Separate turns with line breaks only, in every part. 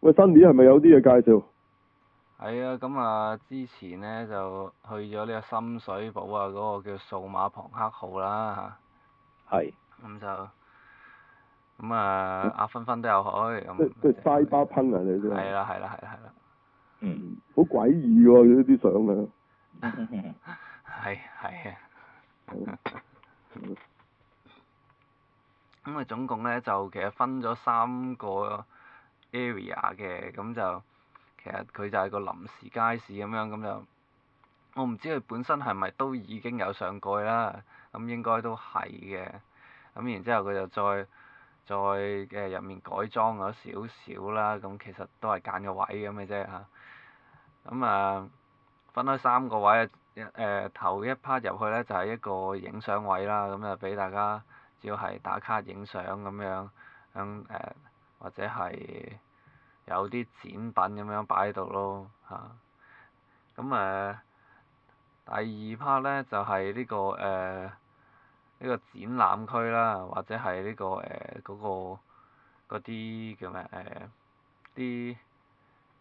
喂，新年係咪有啲嘢介紹？
係啊，咁啊之前呢就去咗呢個深水埗啊，嗰、個叫數碼龐克號啦
係
嚇，咁就咁啊阿芬芬都有去，
即
咁
即係 cyber 烹啊，你都
係啦係啦係啦係啦，
嗯
好詭異喎！呢啲相啊，
嗯嗯
係係啊。 咁啊，總共咧就其實分咗三個 area 嘅，咁就其實佢就係個臨時街市咁樣，咁就我唔知佢本身係咪都已經有上蓋啦，咁應該都係嘅。咁然之後佢就再再呃嘅入面改裝咗少少啦，咁其實都係揀個位咁嘅啫嚇。咁啊，分開三個位啊，誒、頭一 part 入去咧就係、一個影相位啦，咁就俾大家。主要係打卡影相咁樣，咁誒、呃或者係有啲展品咁樣擺喺度咯嚇。咁、誒、第二 part 咧就係、呢、個誒呃呢、個展覽區啦，或者係呢、個誒嗰、個嗰啲叫咩誒啲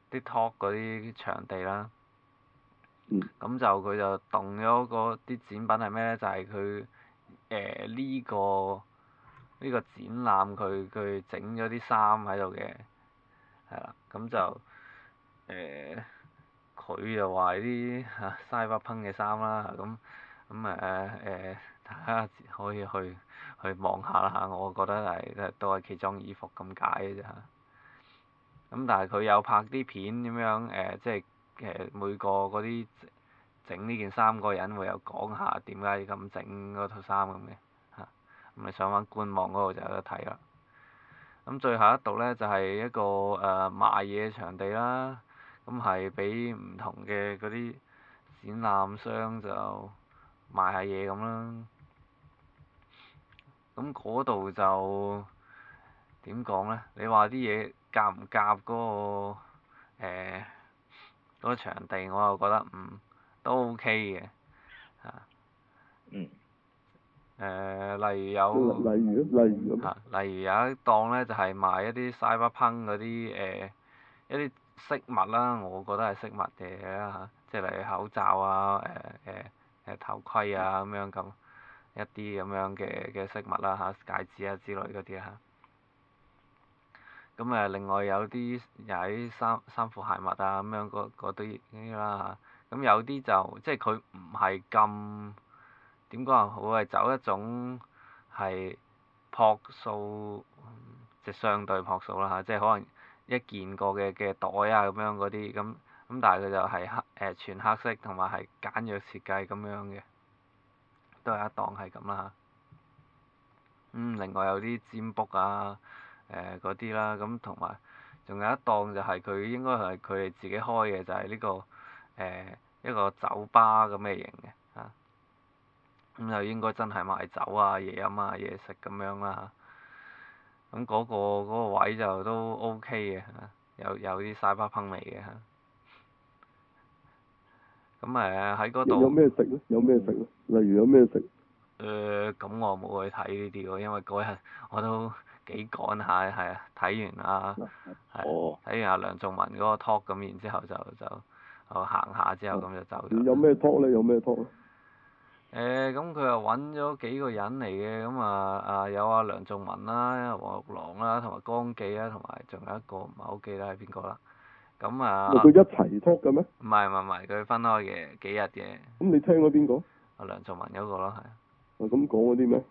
啲 talk 嗰啲場地啦。
嗯
咁就佢就動咗嗰啲展品係咩咧？就係佢誒呢個呢、個展覽佢佢整咗啲衫喺度嘅，係啦，咁就誒佢、就話啲嚇西北烹嘅衫啦，咁咁誒誒大家可以去去望下啦，我覺得係都係奇裝異服咁解嘅啫嚇。咁但係佢有拍啲片咁樣誒、即係誒、每個嗰啲整呢件衫嗰個人會有講下點解要咁整嗰套衫咁嘅嚇，咁你上翻官網嗰度就有得睇啦。咁最後一度咧就係、一個誒、呃、賣嘢嘅場地啦，咁係俾唔同嘅嗰啲展覽商就賣下嘢咁啦。咁嗰度就點講咧？你話啲嘢夾唔夾嗰個呃嗰、個場地，我又覺得嗯都 OK 嘅。
嗯
誒、例如有
例例如例如咁，
啊，例如有一檔咧就係、賣一啲 cyberpunk 嗰啲誒一啲飾物啦，我覺得係飾物嘅嘢啦嚇，即係例如口罩啊、誒誒誒頭盔啊咁樣咁一啲咁樣嘅嘅飾物啦嚇、戒指啊之類嗰啲啦嚇。咁誒、另外有啲又係啲衫衫褲鞋襪啊咁樣嗰嗰啲啲啦嚇，咁有啲就即係佢唔係咁點講啊，好係走一種係。樸素，嗯即係相對樸素啦嚇，即係可能一件過嘅嘅袋啊咁樣嗰啲，咁咁但係佢就係黑誒、全黑色同埋係簡約設計咁樣嘅，都有一檔係咁啦嚇。嗯，另外有啲占卜啊，誒嗰啲啦，咁同埋仲有一檔就係佢應該係佢哋自己開嘅，就係、呢、個誒、一個酒吧咁嘅型嘅啊。咁就應該真係賣酒啊、嘢飲啊、嘢食咁樣啦嚇。咁嗰、個嗰、個位就都 OK 嘅嚇，有有啲沙巴烹味嘅嚇。咁誒喺嗰
有
度
咩食咧？有咩食咧？例如有咩食？
誒，呃咁、我冇去睇呢啲喎，因為嗰日 我都幾趕下，係啊，睇完啊，係
哦
睇完阿梁仲文嗰個 talk 咁，然之後就就我行下之後咁就走咗。
哦有咩 talk 咧？有咩 talk 咧？
誒咁佢又揾咗幾個人嚟嘅，咁啊啊有阿梁仲文啦、黃玉郎啦，同埋江記啦，同埋仲有一個唔係好記得係邊個啦。咁啊
咪，哦佢一齊 talk 嘅咩？
唔係唔係唔係，佢分開嘅幾日嘅，
咁你聽咗邊個？
阿梁仲文嗰個咯係。
啊咁講嗰啲咩？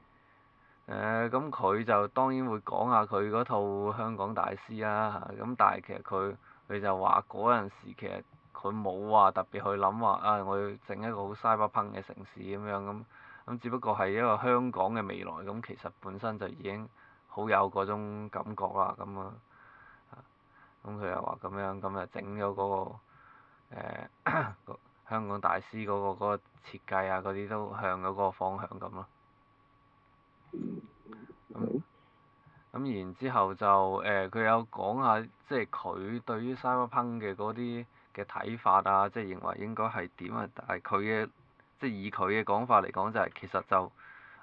誒咁佢就當然會講下佢嗰套香港大師啦嚇，咁但係其實佢佢就話嗰陣時其實佢冇話特別去諗話啊我要整一個好 cyberpunk 嘅城市咁樣咁，咁只不過係一個香港嘅未來咁，其實本身就已經好有嗰種感覺啦咁啊，啊咁佢又話咁樣咁就整咗嗰個、誒 個香港大師嗰、個嗰、個設計啊嗰啲都向咗嗰個方向咁咯。
係
咁然之後就誒，佢、有講下即係佢對於 Cyberpunk 嘅嗰啲嘅睇法啊，即係認為應該係點啊？但係佢嘅即係以佢嘅講法嚟講，就係、其實就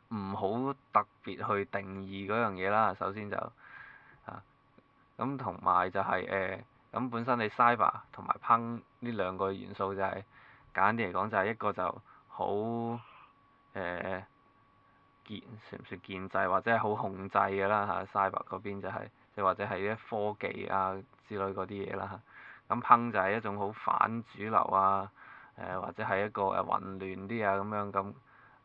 唔好特別去定義嗰樣嘢啦。首先就啊，咁同埋就係、誒、咁本身你 cyber 同埋 punk 呢兩個元素就係、簡單啲嚟講就係一個就好誒、呃、建算唔算建制或者係好控制嘅啦嚇，cyber 嗰邊就係、即係或者係啲科技啊之類嗰啲嘢啦嚇。咁 punk 就係一種好反主流啊，誒、或者係一個誒混亂啲啊咁樣咁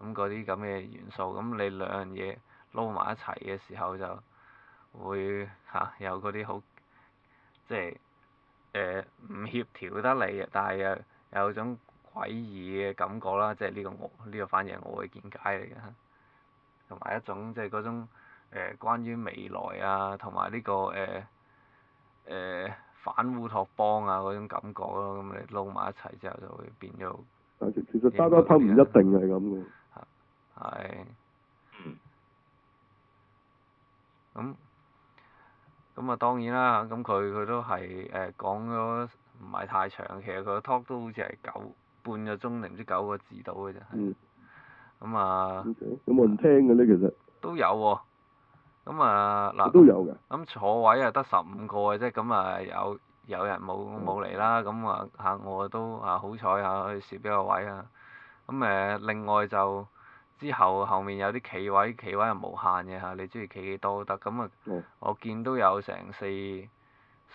咁嗰啲咁嘅元素，咁你兩樣嘢撈埋一齊嘅時候就會嚇、有嗰啲好即係誒唔協調得嚟嘅，但係又有種詭異嘅感覺啦，即係呢個我呢、個反而係我嘅見解嚟嘅，同埋一種即係嗰種誒、呃、關於未來啊，同埋呢個誒誒、呃反烏托邦啊嗰種感覺咯，咁你撈埋一齊之後就會變咗
但其其實沙巴烹唔一定係咁嘅，
係。
嗯
咁咁啊，當然啦，咁佢佢都係誒、呃講咗唔係太長，其實佢個 talk 都好似係九半個鐘定唔知九個字到嘅啫。
嗯，
咁啊
有冇人聽嘅咧？其實
都有喎、咁啊嗱，
都有嘅，
咁坐位啊得十五個嘅啫，咁啊有有人冇
嗯
冇嚟啦，咁啊嚇我都啊好彩啊去攝一個位啊，咁誒、另外就之後後面有啲企位，企位係無限嘅嚇，你中意企幾多都得，咁啊、
嗯
我見都有成四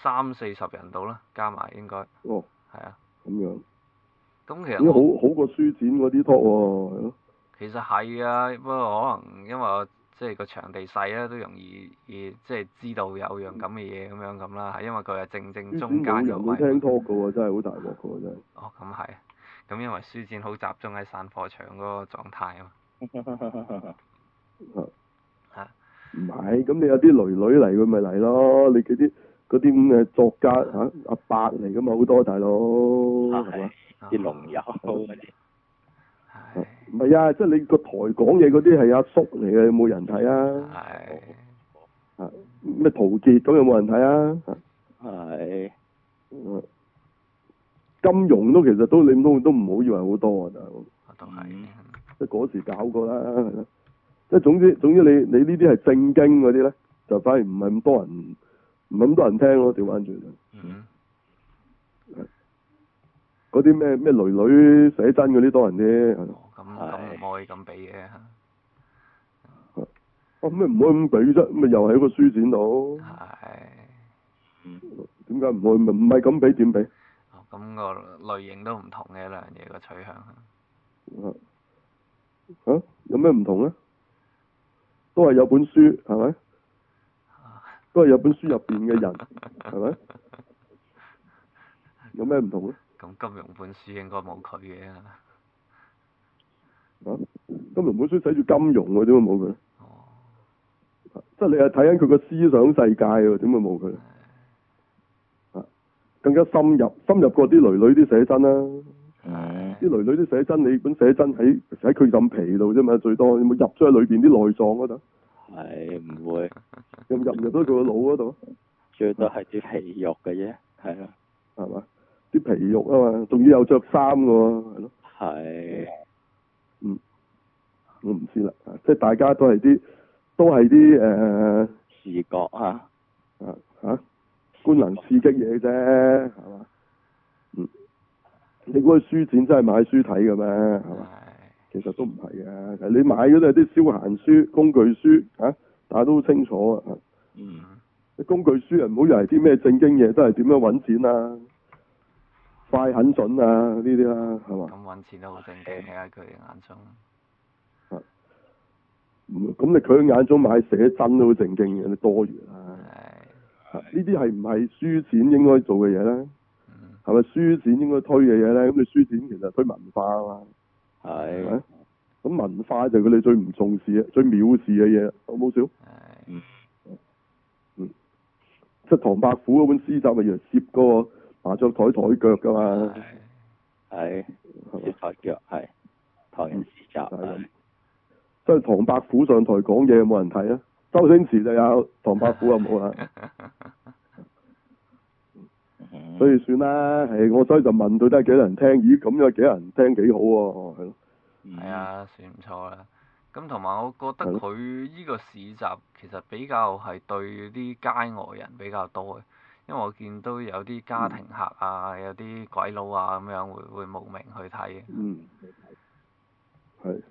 三四十人到啦，加埋應該
哦
係啊，
咁樣，
咁其
咁
實我
好好過書展嗰啲 talk 喎，係咯，
其實係啊，不過可能因為我即係個場地細啊咧，都容易易即係知道有樣咁嘅嘢咁樣咁啦，係因為佢係正正
書
中
展
間
嗯冇
有
人會
位。
聽 talk 嘅喎，真係好大鑊嘅喎，真係。
哦，咁係，咁因為書展好集中喺散貨場嗰個狀態啊嘛。
啊唔係，咁你有啲女女嚟，佢咪嚟咯。你嗰啲嗰啲咁嘅作家嚇阿伯嚟噶嘛，好多大佬係嘛？
啊
啲龍友嗰啲，
係
唔係啊，即係你個台講嘢嗰啲係阿叔嚟嘅，有冇人睇啊？
係
咩陶傑咁有冇人睇啊？嚇
係
嗯金融都其實都你都都唔好以為好多啊，大佬
我都係
嗯。
即係嗰時搞過啦，係啦。即係總之總之你你呢啲係正經嗰啲咧，就反而唔係咁多人唔係咁多人聽咯，調翻轉。
嗯。
嗰啲咩咩女女寫真嗰啲多人啲，係咯
哦，咁咁唔可以咁俾嘅。
啊咩唔可以咁俾啫？咪又喺個書展度，
係。
嗯
點解唔可以？咪唔係咁俾點俾？
哦，咁個類型都唔同嘅兩樣嘢個取向。
啊啊有咩唔同咧？都係有本書係咪？都係有本書入邊嘅人係咪？有咩唔同咧？
咁金融本書應該冇佢嘅。
啊，金融本書寫住金融嘅，點會冇佢咧？啊
哦。
即係你係睇緊佢個思想世界喎，點會冇佢呢？啊，更加深入，深入過啲女女啲寫真啦、
嗯
啲女女啲寫真，你本寫真喺喺佢浸皮度啫嘛，最多有冇入咗喺裏邊啲內臟嗰度？
係唔會，
有冇入唔入到佢個腦嗰度？
最多係啲皮肉嘅啫，係咯，
係嘛？啲皮肉啊嘛，仲要有着衫嘅喎，係咯，
係
我唔知啦，啊即係大家都係啲都係啲誒
視覺啊，
啊嚇官能刺激嘢啫，係嘛？嗯，你估去書展真係買書睇嘅咩？係嘛？
係。
其實都唔係嘅，你買嗰啲係啲消閒書、工具書嚇、啊大家都好清楚啊。
嗯
工具書啊，唔好以為啲咩正經嘢都係點樣揾錢啊、快狠準啊呢啲啦，係
咁
嘛？
揾錢都好正經嘅喺佢哋眼中。
唔嗯咁你佢眼中買寫真都好正經嘅，你多餘啦。啊
係。
呢啲係唔係書展應該做嘅嘢咧？
嗯。
係咪書展應該推嘅嘢咧？咁你書展其實推文化啊嘛，係咪
係，？
咁文化就係佢哋最唔重視嘅、最藐視嘅嘢，好冇少？
係。
嗯
即係唐伯虎嗰本詩集咪原來攝嗰個麻雀台台腳㗎嘛，
係
係
係咪
啲？台腳係唐人市集
係咁
係
即係唐伯虎上台講嘢有冇人睇啊？周星馳就有，唐伯虎又冇啊啦，
嗯
所以算啦。係我所以就問到底係幾多人聽？咦，咁有幾多人聽幾好喎、哦？係咯，
係，啊，算唔錯啦。咁同埋我覺得
係咯
佢呢個市集其實比較係對啲街外人比較多嘅，因為我見都有啲家
嗯
庭客啊，有啲鬼佬啊咁樣會會慕名去睇嘅。
嗯，係，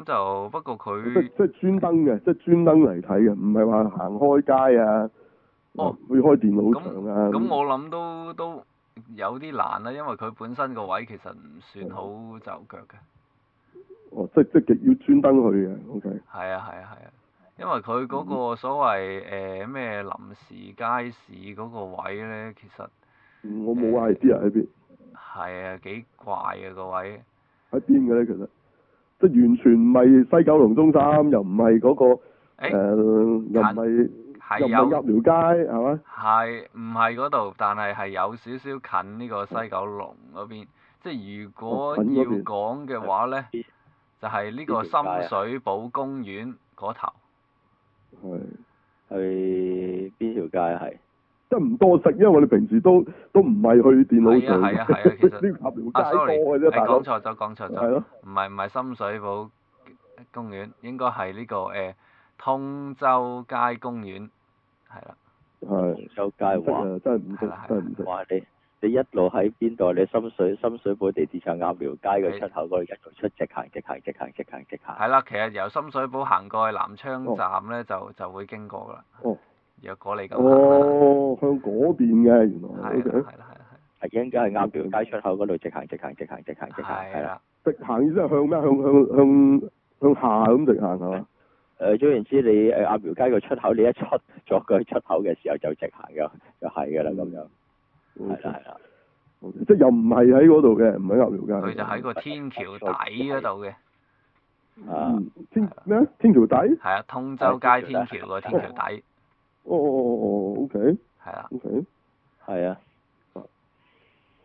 咁就不過
即
佢
即係專登嘅，即係專登嚟睇嘅，唔係話行開街啊，
哦
去開電腦
咁
場啊，
咁我諗都都有啲難啦，因為佢本身個位其實唔算好就腳嘅。
哦，即即極要專登去嘅，OK，
係啊係啊係啊，因為佢
嗯
嗰個所謂誒呃咩、臨時街市嗰個位咧，其實
嗯我冇 idea 喺邊
係啊幾怪嘅個位。
喺邊嘅咧，其實即係完全唔係西九龍中心，又唔係嗰個誒、
誒、
又唔係
係
又唔係鴨
有
寮街係嘛？
係唔係嗰度？但係係有少少近呢個西九龍嗰邊。即係如果
哦
要
近嗰邊
講嘅話咧，就係呢個
啊
深水埗公園嗰頭。
係。
去邊條街係？
即係唔多識，因為我哋平時都都唔係去電腦場，
係啊係啊係啊其 實
呢個鴨
啊
寮
，sorry，
街多嘅
誒
啫，大佬
講。錯咗講錯咗
係。咯，
唔係唔係深水埗公園，應該係呢、個誒、通州街公園，係啦，
係。
周街
唔識
玩。
啊，真係唔識
係啦，
真係唔識。
哇！你你一路喺邊度？你深水深水埗地鐵站鴨寮街嘅出口嗰度一路出直行直行直行直行直行。
係啦。其實由深水埗行過去南昌站咧，就就會經過噶啦。
哦，
若果你咁行
哦，向嗰邊嘅原
啦，
來
係啦啊
，OK，
係啦係啦
係應該係鴨寮街出口嗰度直行直行直行直行直行
係
係啦。
啦，
直行意思係向咩？向向向向下咁直行係嘛？
誒，總言之，你誒鴨寮街個出口，你一出咗個出口嘅時候就直行嘅，就係㗎啦咁樣。係啦係啦，
OK，即係又唔係喺嗰度嘅，唔喺鴨寮街。
佢就喺個天橋底嗰度嘅，
啊
嗯天咩？天橋底？
係啊，通州街天橋個天橋底，
哦哦哦哦，OK
係啦，
OK，
係啊。
咁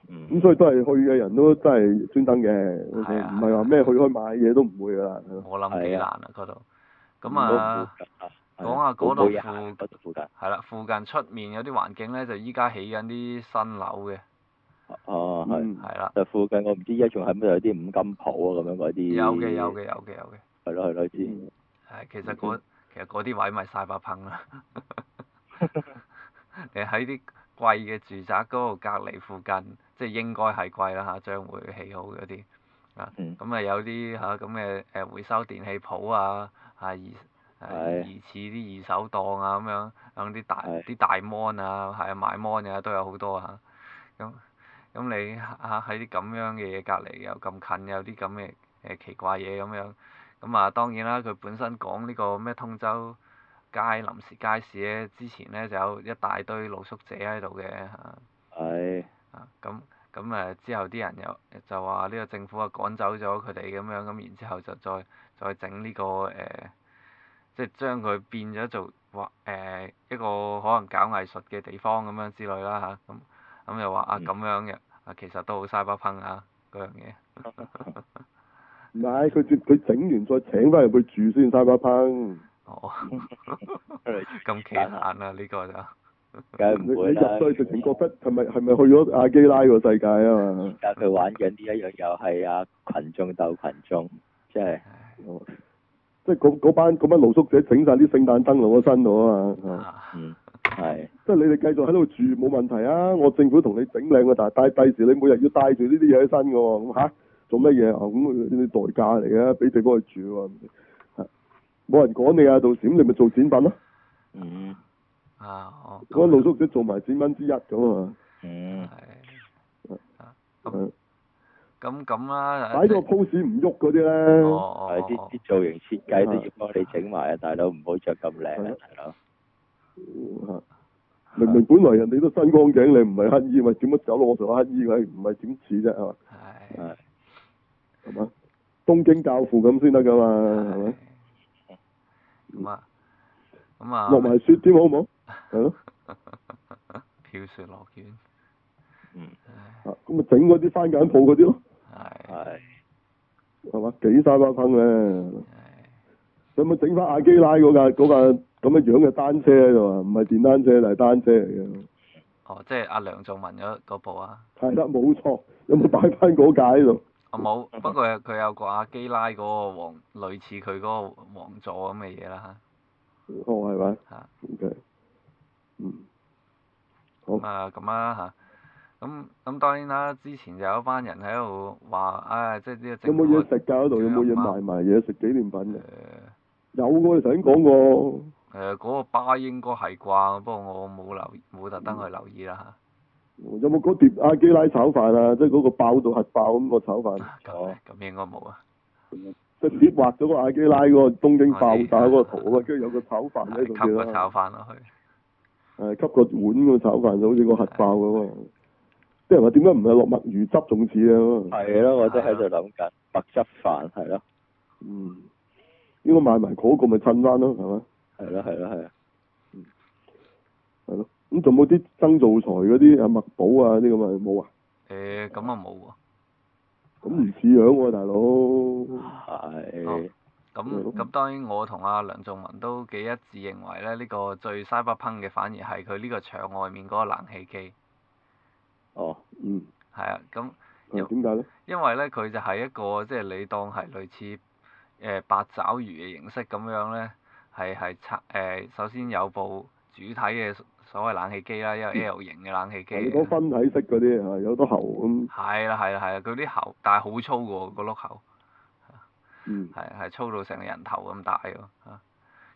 嗯。
所以都係去嘅人都真係專登嘅，OK，
係啊
唔係話咩去開買嘢都唔會㗎啦，係咯
我諗幾
係
難
啊嗯
啊嗰度，咁啊。講下嗰度
冇嘢行
附
嗰度附近。
係啦，附近出面有啲環境咧，就依家起緊啲新樓嘅，
哦，係。
嗯
係啦，
就附近我唔知依家仲係咪有啲五金鋪啊咁樣嗰啲。
有嘅有。嘅有嘅有嘅，
係咯係咯，知。
係其實嗰其實嗰啲位咪晒把噴啦，你喺啲貴嘅住宅嗰度隔離附近，即係應該係貴啦嚇，將會起好嗰啲啊，
嗯
咁啊有啲嚇咁嘅誒回收電器鋪啊，啊疑誒
係
疑似啲二手檔啊咁樣，響啲大
係
啲大 mon 啊，係啊賣 mon 啊都有好多啊，咁咁你嚇喺啲咁樣嘅嘢隔離又咁近，有啲咁嘅誒奇怪嘢咁樣，咁啊當然啦，佢本身講呢個咩通州。街臨時街市咧，之前咧就有一大堆露宿者喺度嘅嚇，
係。
啊咁咁誒之後啲人又就話呢個政府啊趕走咗佢哋咁樣，咁然之後就再再整呢、個誒、即係將佢變咗做話誒、一個可能搞藝術嘅地方咁樣之類啦嚇，咁、咁又話啊
嗯
咁樣嘅啊，其實都好嘥不烹啊嗰樣嘢，
唔係佢接佢整完再請翻入去住先，三把烹。
哦
梗
咁 奇難啊呢個就
你
係唔
你
會啦。
入去直情覺得係咪係咪去咗阿基拉個世界啊嘛？
但佢玩緊呢一樣又係啊，群眾鬥群眾，即係
哦即係嗰嗰班嗰班露宿者整晒啲聖誕燈落我身度啊嘛，啊
啊
嗯係
即係你哋繼續喺度住冇問題啊！我政府同你整靚個，但係第第時你每日要帶住呢啲嘢喺身嘅喎，咁嚇做乜嘢啊？咁呢啲代價嚟嘅，俾地方去住喎，啊冇人趕你啊！到時咁你咪做展品咯，
嗯
啊哦
嗰班露宿者做埋展品之一咁啊，
嗯
係啊咁咁咁啦，
擺咗個 pose 唔喐嗰啲咧。
哦
係啲
哦
啲造型設計都要幫你整埋啊，大佬唔好着咁靚啊，大佬
啊明明本來人哋都身光頸靚，唔係乞衣，咪點乜走佬？我做乞衣嘅，唔係點似啫，係嘛？
係
係
係嘛？東京教父咁先得噶嘛，啊係咪？
咁啊咁啊
落埋雪添好唔好？係咯，
飄雪樂園
嗯
啊咁咪整嗰啲番梘鋪嗰啲咯，啊
係
係
係嘛？幾三巴烹咧，
係
有冇整翻阿基拉嗰架嗰架咁嘅樣嘅單車喺度啊？唔係電單車，但係單車嚟嘅。
哦，即係阿梁仲文嗰嗰部啊，
係啦，冇錯，有冇擺翻嗰架喺度？
我冇，不過佢有個阿基拉嗰個王，類似佢嗰個王座咁嘅嘢啦
哦，係咪
嚇，
？OK，嗯，
咁啊咁啦嚇。咁咁當然啦，之前就有一班人喺度話，唉，即係呢個
有
政府
冇嘢食㗎？嗰度有冇嘢
有啊
賣埋嘢食紀念品嘅
誒？
有㗎，我哋頭先講過。
誒呃嗰個巴應該係啩，不過我冇留冇特登去
嗯
留意啦
有冇嗰碟阿基拉炒飯啊？即係嗰個爆到核爆咁個炒飯
嚇。，咁咁應該冇啊。
即係貼畫咗個阿基拉嗰個東京爆炸嗰個圖啊嘛，跟住有個炒飯喺度
吸個
嘅
炒
啦，
飯落去。
誒吸個碗咁嘅炒飯就好似個核爆咁啊！啲人話點解唔係落墨魚汁仲似啊？
係咯，我都喺度諗緊白汁飯係咯，
嗯，應該買埋嗰個咪襯翻咯，係咪？
係咯，係咯，係啊。
係咯，咁仲有冇啲增造材嗰啲啊墨寶啊啲咁啊冇啊？
誒咁啊冇喎。
咁唔似樣喎，大
哦
佬。
係
係咯
咁咁當然我同阿梁仲文都幾一致認為咧，呢、個最西北烹嘅反而係佢呢個牆外面嗰個冷氣機。
哦，
嗯，
係啊，咁
誒點解咧？
因為咧佢就係一個即係你當係類似誒、呃八爪魚嘅形式咁樣咧，係係拆誒首先有部主體嘅所謂冷氣機啦，一個 L 型嘅冷氣機
嗯嗱你講
嚟嘅。
啊分體式嗰啲啊，有得喉咁，
係啦係啦係啦，佢啲喉但係好粗嘅喎，個碌喉
嗯
係係粗到成個人頭咁大喎啊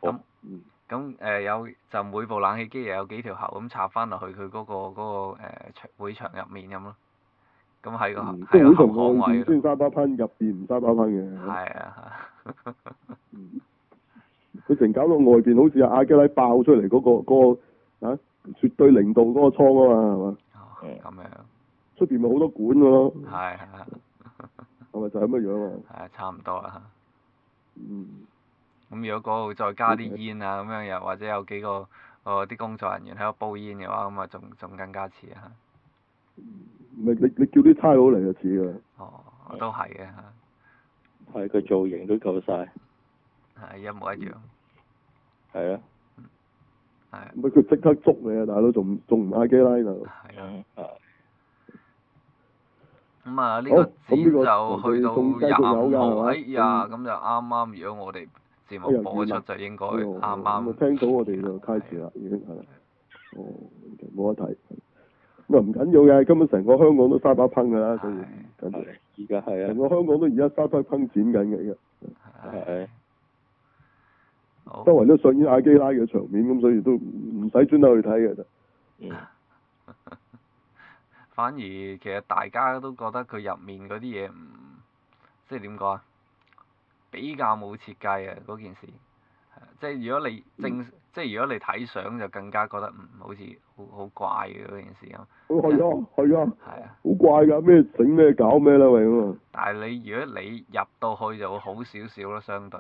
嚇。咁
嗯
咁誒、呃有就每部冷氣機又有幾條喉咁插翻落去佢嗰、個嗰、個誒牆會場入面咁咯。咁喺個
嗯即
喺
係好
個後
同
巷
外邊
位度。
先沙巴烹，入邊唔沙巴烹嘅。
係啊係啊。
佢成搞到外邊好似阿基拉爆出嚟嗰、個嗰、個啊絕對零度嗰個倉啊嘛，係嘛？
哦，
嗯
咁樣，
出邊咪好多管嘅咯，
係係啊
係咪就係咁嘅樣啊？
係差唔多啦。
嗯，
咁如果嗰度再加啲煙啊，咁樣又或者有幾個哦啲工作人員喺度煲煙嘅話，咁啊仲仲更加似啊。
咪你你叫啲差佬嚟就似㗎啦。
哦，都係嘅嚇，
哦係個造型都夠晒，
係一模一樣，
係咯，
係
咪佢即刻捉你啊，大佬仲唔仲唔阿基拉就？
係咯。
嗯，係
咁啊，呢
好咁
個
呢個
展就
仲繼
去到
續
廿
有㗎
五
係
號，
嘛
哎呀，
嗯
咁就啱啱如果我哋節
哎呀
目播出就應該
哎呦
啱
咁啊
啱。
聽到我哋就太遲啦，已經係啦。哦，冇得睇。咁啊唔緊要嘅，根本成個香港都沙巴烹㗎啦，所以唔緊要。
而家係
成
啊，
個香港都而家沙巴烹展緊嘅，而家
係
係
好
周圍都上演阿基拉嘅場面，咁所以都唔使專登去睇嘅。
嗯
反而其實大家都覺得佢入面嗰啲嘢唔，即係點講啊？比較冇設計啊嗰件事，係啊即係如果你
嗯
正，即係如果你睇相就更加覺得嗯好似好好怪嘅嗰件事咁，
咁去啊，去啊，
係啊。
好怪㗎，咩整咩搞咩啦，喂咁啊。
但係你如果你入到去就會好少少咯，相對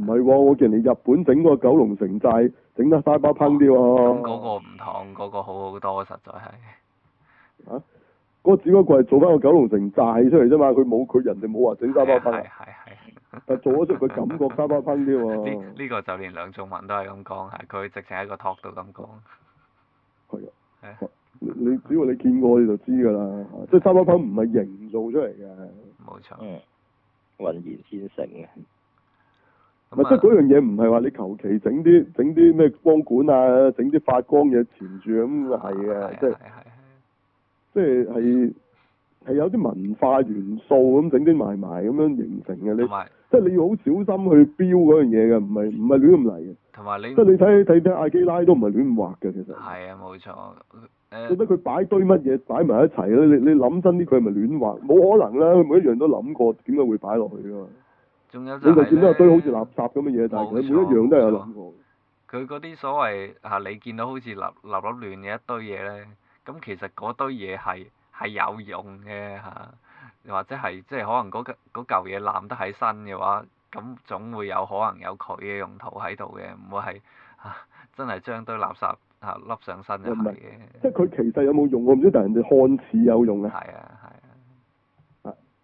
唔係喎，我見人哋日本整個九龍城寨整得沙巴烹啲
咁
喎。
嗰個唔同，嗰個好好多，實在係
嗰個只不過係做翻個九龍城寨出嚟啫嘛，佢冇佢人哋冇話整沙巴
係
烹
係，係係。
但做咗出佢感覺沙巴烹啲喎。
呢呢個就連梁仲文都係咁講，係佢直情喺個 talk 度咁講。
係啊
係啊，
你你只要你見過你就知㗎啦，即係沙巴烹唔係營造出嚟嘅，
冇錯。
嗯，渾然天成啊嘅，
咪
咁
即係
啊，
嗰樣嘢唔係話你求其整啲整啲咩光管啊，整啲發光嘢纏住咁係啊嘅，即係
啊係係係
即係係係有啲文化元素咁整啲埋埋咁樣形成嘅，你
同埋
即係你要好小心去標嗰樣嘢嘅，唔係唔係亂咁嚟嘅，
同埋你
即係你睇睇睇阿基拉都唔係亂咁畫嘅其實。
嗯係啊，冇錯。
覺
誒
得佢擺堆乜嘢擺埋一齊咧？你你諗真啲，佢係咪亂畫？冇可能啦！佢每一樣都諗過，點解會擺落去㗎嘛？
仲有
你
就
就
係
見到一堆好似
咧
垃，圾咁嘅嘢，但係佢每
冇
一
錯
樣都有諗過。
佢嗰啲所謂嚇你見到好似立立立亂嘅一堆嘢咧，咁其實嗰堆嘢係係有用嘅嚇，或者係即係可能嗰嚿嗰嚿嘢攬得喺身嘅話，咁總會有可能有佢嘅用途喺度嘅，唔會係嚇真係將堆垃圾嚇笠上身就
唔
係
係
嘅。
即係佢其實有冇用我唔知，但係人哋看似有用
係
啊！
啊係啊，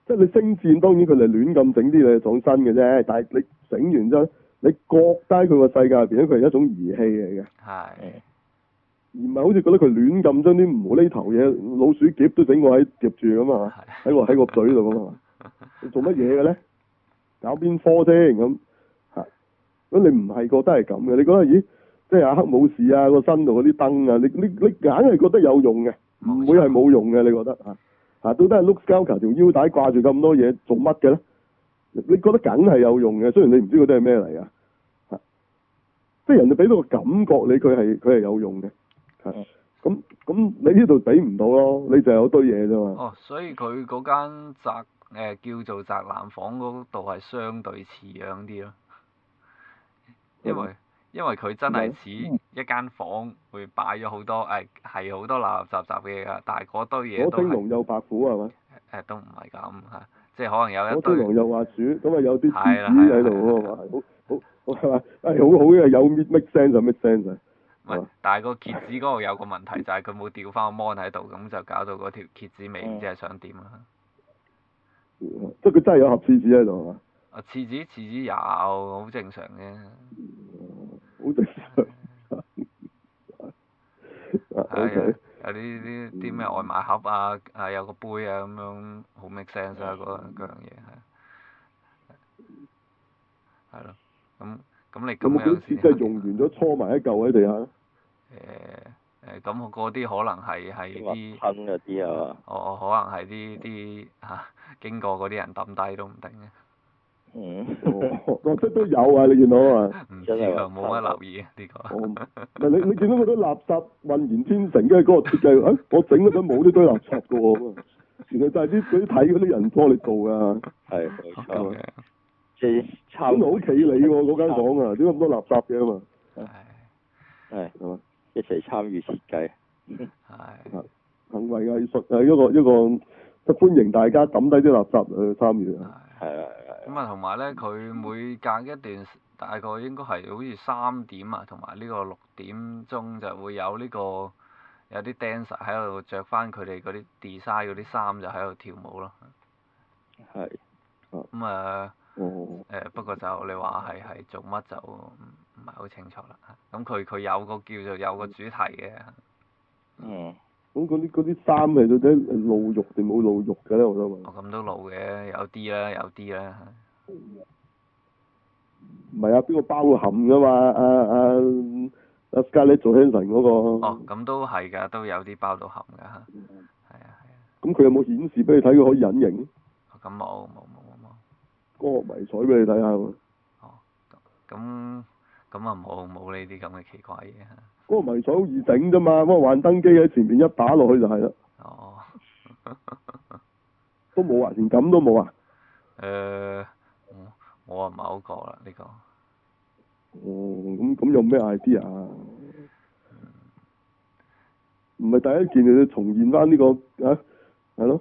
即係你星戰當然佢哋亂咁整啲嘢撞身嘅啫，但係你整完之後，你覺低佢個世界入邊咧，佢係一種儀器嚟嘅，
啊係
嗯
而唔係好似覺得佢亂咁將啲無厘頭嘢老鼠夾都整過喺夾住咁啊！
係
喺個喺個嘴度咁啊！你做乜嘢嘅咧？啊搞邊科啫咁嚇？咁你唔係覺得係咁嘅？你覺得咦？即係阿黑武士啊個身度嗰啲燈啊，你你你硬係覺得有用嘅，唔會係冇用嘅，你覺得嚇嚇？到底係 Luke Skywalker 條腰帶掛住咁多嘢做乜嘅咧？你你覺得梗係有用嘅，雖然你唔知嗰啲係咩嚟啊，嚇！即係人哋俾到個感覺你，佢係佢係有用嘅，嚇
嗯！
咁咁你呢度俾唔到咯，你就有堆嘢啫嘛。
哦，所以佢嗰間宅誒、叫做宅男房嗰度係相對似樣啲咯，因為因為佢真係似
嗯
一間房會擺咗好多誒係好多垃垃雜雜嘅嘢㗎，但係嗰堆嘢
攞
都
青
係
龍有白虎係嘛？
誒、都唔係咁嚇，即係可能有一
我青
堆
龍又話鼠，咁啊有啲
係啦
蜘蛛喺度喎，
係啊啦
話好好好係嘛？誒好好嘅，有 make sense 啊 make sense 啊，
唔係，但係個蝎子嗰度有個問題就係佢冇吊翻個 mon 喺度，咁就搞到嗰條蝎子尾唔知係想點啊啦。
即係佢真係有盒獅子喺度係嘛？
啊，廁紙廁紙有，好正常嘅。
好正常。啊
係
OK，
啊，有啲啲啲咩外賣盒啊，啊有個杯啊咁樣，好 make sense
嗯
啊嗰嗰樣嘢係。啊係咯，咁咁你
有
咁
冇
樣
幾次
先
真係用完咗搓埋一嚿喺 地下？
誒誒，咁我嗰啲可能係係
啲
啲
雲，吞嗰啲啊嘛，
我我可能係啲啲嚇經過嗰啲人抌低都唔定嘅。
嗯，
哦，哦即係都有啊！你見到啊？
唔知
真係
啊，
話
冇乜留意啊呢
我 唔
個。
咪你你見到嗰堆垃圾混然天成，跟住嗰個設計，誒我整嗰陣冇呢堆垃圾嘅喎，咁啊原來就係啲佢睇嗰啲人幫你做㗎。
係冇
咁
錯，
樣，
即係
咁
差唔
咪
多
好企理喎嗰間房啊，點解咁多垃圾嘅嘛？
係
係
係嘛？啊
一齊參與設計，
係
行為藝術啊，一個一個即係歡迎大家抌低啲垃圾去參與啊。
係。
係啦係啦
咁啊，同埋咧，佢每隔一段時大概應該係好似三點啊，同埋呢個六點鐘就會有呢、個有啲 dancer 喺度着翻佢哋嗰啲 design 嗰啲衫就喺度跳舞咯。
係。
咁啊
哦，
誒，不過就你話係係做乜就唔唔係好清楚啦。咁佢佢有個叫做有個主題嘅，
嗯，
咁嗰啲嗰啲衫係到底露肉定冇露肉嘅咧？我想問，
我哦咁都老嘅，有啲啦，有啲啦。
唔係啊，邊個包含㗎嘛？啊啊啊 Scarlett Johansson 嗰
哦，
個，
咁都係㗎，都有啲包到含㗎嚇。係啊係啊，
咁佢有冇顯示俾你睇佢可以隱形？
哦咁冇冇冇冇冇。
歌迷彩俾你睇下喎，
咁咁啊冇冇呢啲咁嘅奇怪嘢啊
歌迷彩好易整啫嘛，咁啊幻燈機喺前面一打落去就係啦，
哦，
都冇啊，連咁都冇啊。
誒、我我啊唔係好覺啦呢個，
哦，咁咁有咩 idea 啊？唔係第一件你重現翻呢、個啊，係咯？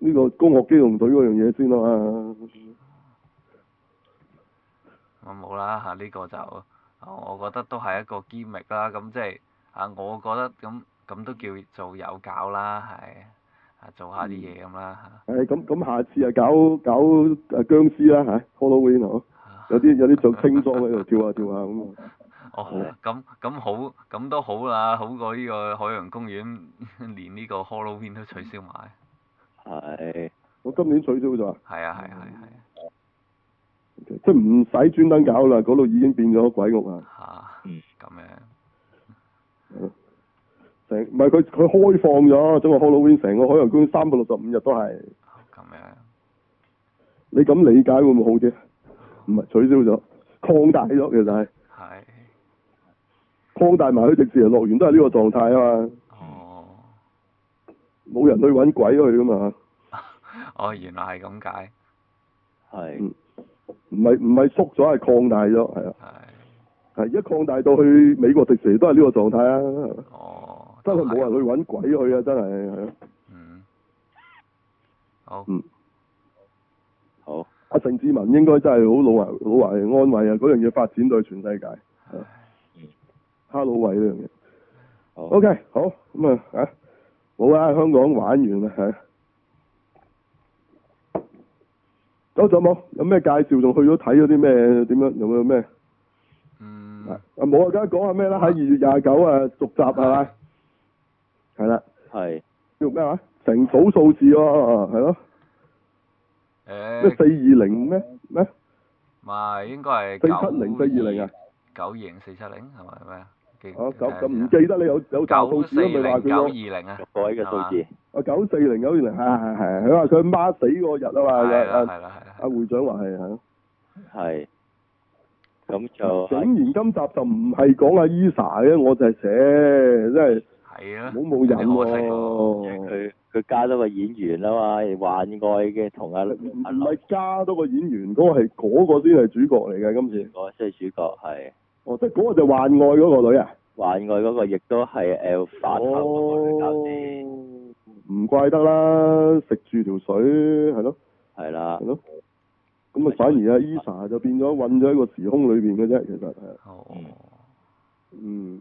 呢、個工學機動隊嗰樣嘢先啦啊嘛。
我冇啦嚇呢個就，啊我覺得都係一個 g i 啦，咁即係啊我覺得咁咁都叫做有搞啦，係啊做下啲嘢咁啦啊
誒咁咁，下次啊搞搞誒僵屍啦嚇、h a l l o w e e n 啊，
嚇，
有啲有啲着青裝喺度跳下跳下咁啊。
哦咁咁好咁都好啦，好過呢個海洋公園 連呢個 Halloween 都取消埋，
係，
我今年取消咗啊，
係啊係啊係啊
即係唔使專登搞啦，嗰度已經變咗鬼屋啊！
係啊
嗯
嚇咁樣。
成唔係佢佢開放咗，整個 Halloween 成個海洋公園三百六十五日都係。
咁樣，
你咁理解會唔會好啲？唔係取消咗，擴大咗其實係
係，
擴大埋去迪士尼樂園都係呢個狀態啊嘛，
哦，
冇人去揾鬼去噶嘛，
哦，原來係咁解，
嗯
係，
唔係唔係縮咗係擴大咗，係啊，
係，
係而家擴大到去美國迪士尼都係呢個狀態啊，係啊
哦，
真係冇人
都係，
去揾鬼去啊，真係係啊，
嗯，好，
嗯，
好，
阿盛志文應該真係好老懷老懷安慰啊，嗰樣嘢發展到去全世界，啊哈魯位啊呢樣嘢
好，
，OK 好咁啊嚇，冇啦，香港玩完啦係啊。走仲有冇？有咩介紹？仲去咗睇咗啲咩？點樣？有冇咩？
嗯，
啊冇啊，而家講下咩啦？喺二月廿九啊，續集係咪？
嗯
係啦，
係，
叫咩話？成組數字喎，係咯，咩四
誒，嗯
二零咩咩
唔係應該係
四七零四二零啊？
九二零四七零係咪咩啊？記
啊九
睇下
咁唔
先啊
記得你有有大數
九
字
四
都咪話
零九二
佢
零啊，
六個位嘅數字，
個啊九四零九二零係係係，佢話佢媽死嗰日啊嘛，
係啦
阿
係啦係啦，
阿會長話係係。
係。咁就
竟然今集就唔係講阿 Elsa 嘅，我就係寫，真係
係啊，
好冇癮
有啲可惜喎
喎。
佢佢加咗個演員啊嘛，幻愛嘅同阿
唔
阿
唔
劉
係加多個演員，嗰、個係嗰、個先係主角嚟嘅今次。
嗰即係主角係
哦，即係嗰個就幻愛嗰個女啊。
幻愛嗰個，亦都係誒反頭嗰個女教師，
哦唔怪得啦，食住條水係咯
係啦
係，咯。咁啊，反而阿 Elsa 就變咗混咗喺個時空裏邊嘅啫，其實係。
哦
嗯
嗯，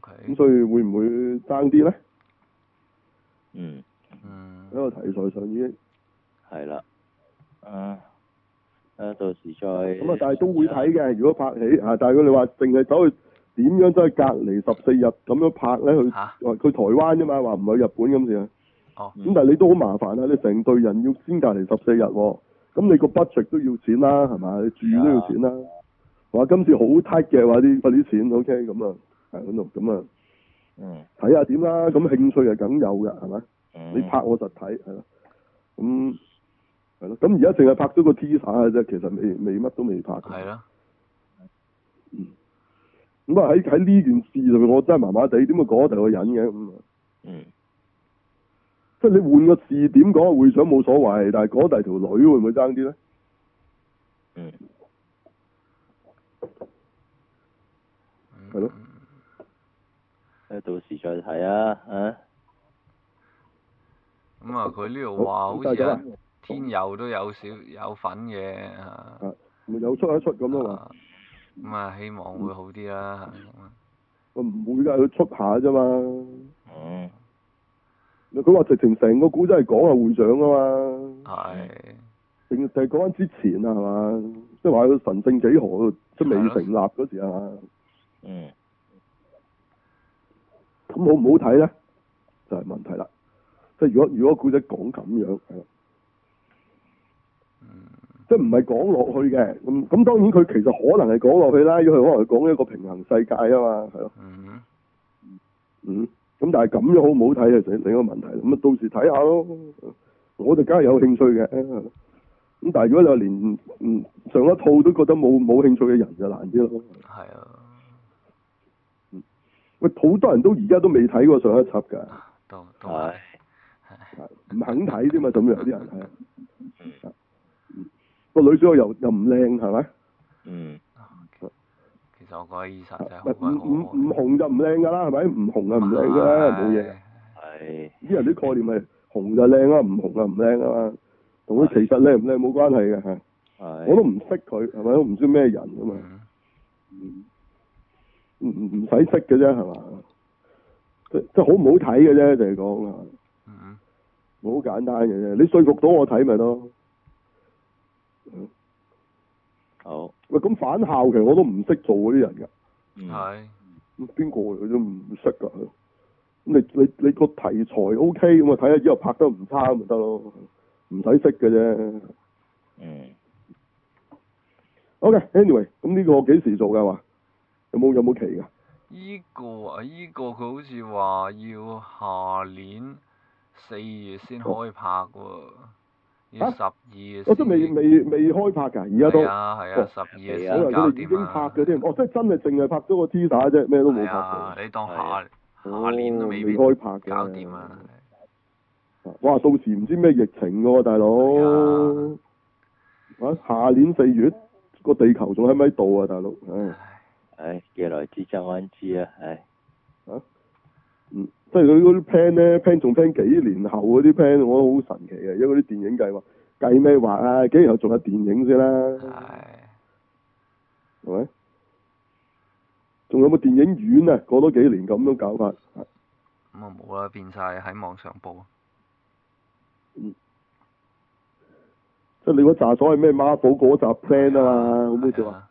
咁
，OK，
所以會唔會爭啲咧？
嗯，
嗯
喺，個題材上已經。
係啦，啊，啊到時再咁
咁啊，但係都會睇嘅。如果拍戲啊，但係佢哋話淨係走去點樣走去隔離十四日咁樣拍咧，佢
嚇
話佢台灣啫嘛，話唔去日本咁樣。
哦
咁但係你都好麻煩啊！你成隊人要先隔離十四日喎，咁你個 budget 都要錢啦，係嘛？你住都要錢啦。話今次好 tight 嘅話啲嗰啲錢，OK 咁啊，係嗰度咁啊，
嗯，
睇下點啦。咁興趣係梗有嘅，係咪？
嗯
你拍我實體係咯，咁係咯。咁而家淨係拍咗個 teaser 嘅啫，其實未未乜都未拍。
係啊咯，
咁啊喺喺呢件事上面，我真係麻麻地，點會講第二個人嘅咁啊？
嗯
即係你換個視點講個會長冇所謂，但係講第二條女會唔會爭啲咧？
嗯
係咯，
誒到時再睇啊，啊，
咁啊佢呢度話好
咁
似
就係咁啦
啊天佑都有少有份嘅啊
咪有出一出咁咯嘛？
啊咁啊希望會好啲啦，
我唔會㗎，佢出下啫嘛。
嗯
佢話直情成個古仔係講阿會長啊嘛，
係
定定係講緊之前啊係嘛？即係話佢神聖幾何即係未成立嗰時啊，
嗯
咁好唔好睇咧？就係、問題啦。即係如果如果古仔講咁樣，係啦
嗯
即係唔係講落去嘅，咁咁當然佢其實可能係講落去啦，因為佢可能係講一個平衡世界啊嘛，係咯，
嗯
嗯，咁但係咁樣好唔好睇係另另一個問題，咁啊到時睇下咯，我就梗係有興趣嘅，嗯咁但係如果你話連嗯上一套都覺得冇冇興趣嘅人就難啲咯，
係啊
喂好多人都而家都未睇過上一集㗎，
都都係
係
唔肯睇啫嘛，咁樣有啲人係，啊
嗯
個女主角又又唔靚係咪？
嗯
其實我覺得醫生啊真係
唔
好鬼
唔
好
唔紅就唔靚㗎啦，係咪？唔紅啊唔靚㗎啦，冇嘢。
係
啲人啲概念係紅就靚啦，唔紅啊唔靚啊嘛，同佢其實靚唔靚冇關係嘅嚇，
係，
我都唔識佢係咪？都唔知咩人啊嘛，
嗯
唔唔唔使識嘅啫係嘛，即即好唔好睇嘅啫，就係講係嘛
嗯
好簡單嘅啫，你說服到我睇咪咯。
好，
喂，咁反校其實我都唔識做嗰啲人㗎，
嗯
係
咁邊個嚟嘅都唔識㗎。咁你你你個題材 O K 咁啊，睇下之後拍得唔差咪得咯，唔使識嘅啫。
嗯
OK，anyway，、咁呢個幾時做㗎話？有冇有冇期㗎？
依個啊依個佢好似話要下年四月先開拍喎，要
嚇
十二月
我
先
都哦未未未開拍㗎，而家都
係啊係啊，十二月
可能
先搞
佢哋已
掂
經
啊
拍嘅添。哦，即係真係淨係拍咗個 teaser 啫，咩都冇
係
拍
啊
到，。
你當下
係
下年都
哦
未
未
必
開拍嘅
搞掂啊！
哇，到時唔知咩疫情㗎喎，大佬
係。
啊，下年四月個地球仲喺咪度啊，大佬？唉，
唉
唉，既來之則安之啊，唉，
嗯，即係佢嗰啲 plan 咧，plan 仲 plan 幾年後嗰啲 plan，我覺得好神奇嘅，因為嗰啲電影計劃計咩劃啊，幾年後仲有電影先啦，
唉
係咪？仲有冇電影院啊？過多幾年咁樣搞法。
咁啊冇啦，變晒喺網上報。
即係你嗰扎所謂咩 Marvel 嗰扎 plan 啊嘛，好冇似
係
話，
啊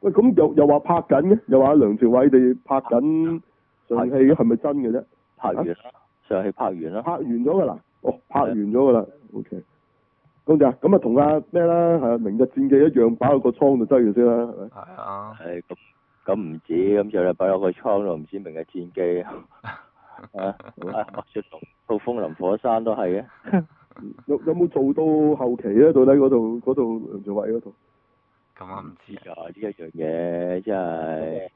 喂咁又又話拍緊嘅，又話梁朝偉哋拍緊上戲，係咪真嘅啫？
拍完啦，上去拍完啦，
拍完咗㗎啦，哦，拍完咗㗎啦，OK，咁就咁啊，同阿咩啦，係啊明日戰記一樣，擺喺個倉度擠住先啦，係咪？
係啊，
係咁咁唔止，咁就你擺落個倉度，唔知明日戰機 啊！啊，白雪龍到風林火山都係嘅，啊
有有冇做到後期咧？到底嗰度嗰度梁朝偉嗰度？
咁我唔知啊
知㗎呢一樣嘢真係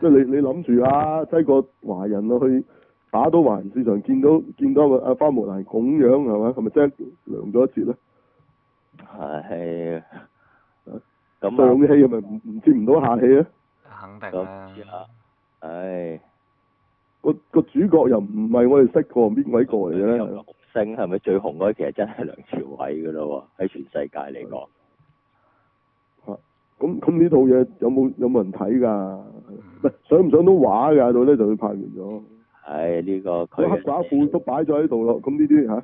即係你你諗住啊，擠個華人落去打到華人市場，見到見到阿花木蘭咁樣係咪？係咪即係涼咗一截咧？
係
上
咁
戲係咪唔唔接唔到下戲咧？
肯
啊，
定
咁唔知
啦
啊。，唉，
個個主角又唔係我哋識過邊位過嚟嘅咧？係咯
紅星係咪最紅嗰個其實真係梁朝偉㗎咯喎，喺全世界嚟講。
咁咁呢套嘢有冇有冇人睇㗎？唔係上唔上到畫㗎？到咧就佢拍完咗，
唉，呢個
黑
佢
寡婦都擺咗喺度咯。咁呢啲嚇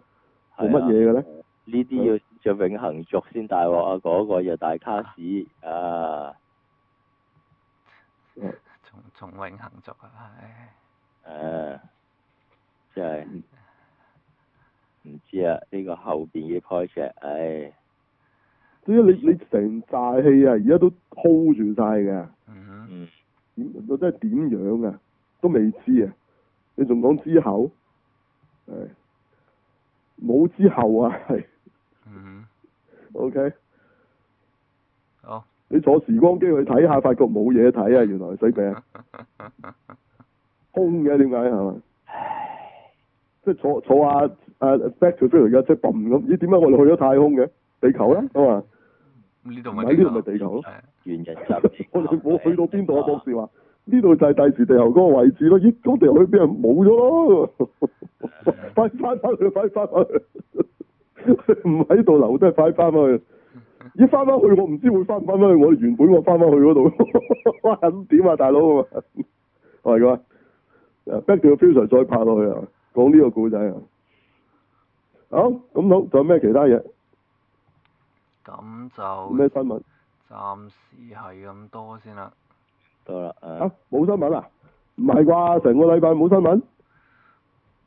做乜嘢嘅咧？
呢啲要着永恆族先大鑊啊！嗰、個就大卡士啊！
啊
從從永恆族啊，唉，
誒，真係唔知啊！呢、個後邊嘅 project，唉，
所以你你成扎戲啊，而家都 hold 住晒㗎。
嗯哼，
嗯，
點到底係點樣啊？都未知啊！你仲講之後？係冇之後啊？係
嗯
OK。
哼，好，
你坐時光機去睇下，發覺冇嘢睇啊！原來死病空嘅，點解係嘛？即係坐坐下誒 Back to Future 嘅，即係嘣咁，咦？點解我哋去咗太空嘅？地球咧，咁 啊，
呢度
唔
咪
係呢度咪地球咯？
係
原人集
我哋冇去到邊度啊？博士話呢度就係第時地球嗰個位置咯。咦？咁地球去邊啊？冇咗咯！ 快翻返去，快翻返去！唔喺度留，都係快翻返去。咦？翻返去我唔知會翻唔翻返去我哋原本我翻返去嗰度。 哇！咁點啊，大佬 啊？係咁啊誒！Back to the Future 再拍落去啊！講呢個故仔啊！好，咁好，仲有咩其他嘢？
咁就
咩新聞
暫時係咁多先啦。
到啦，誒
啊，？冇新聞啊？唔係啩？成個禮拜冇新聞？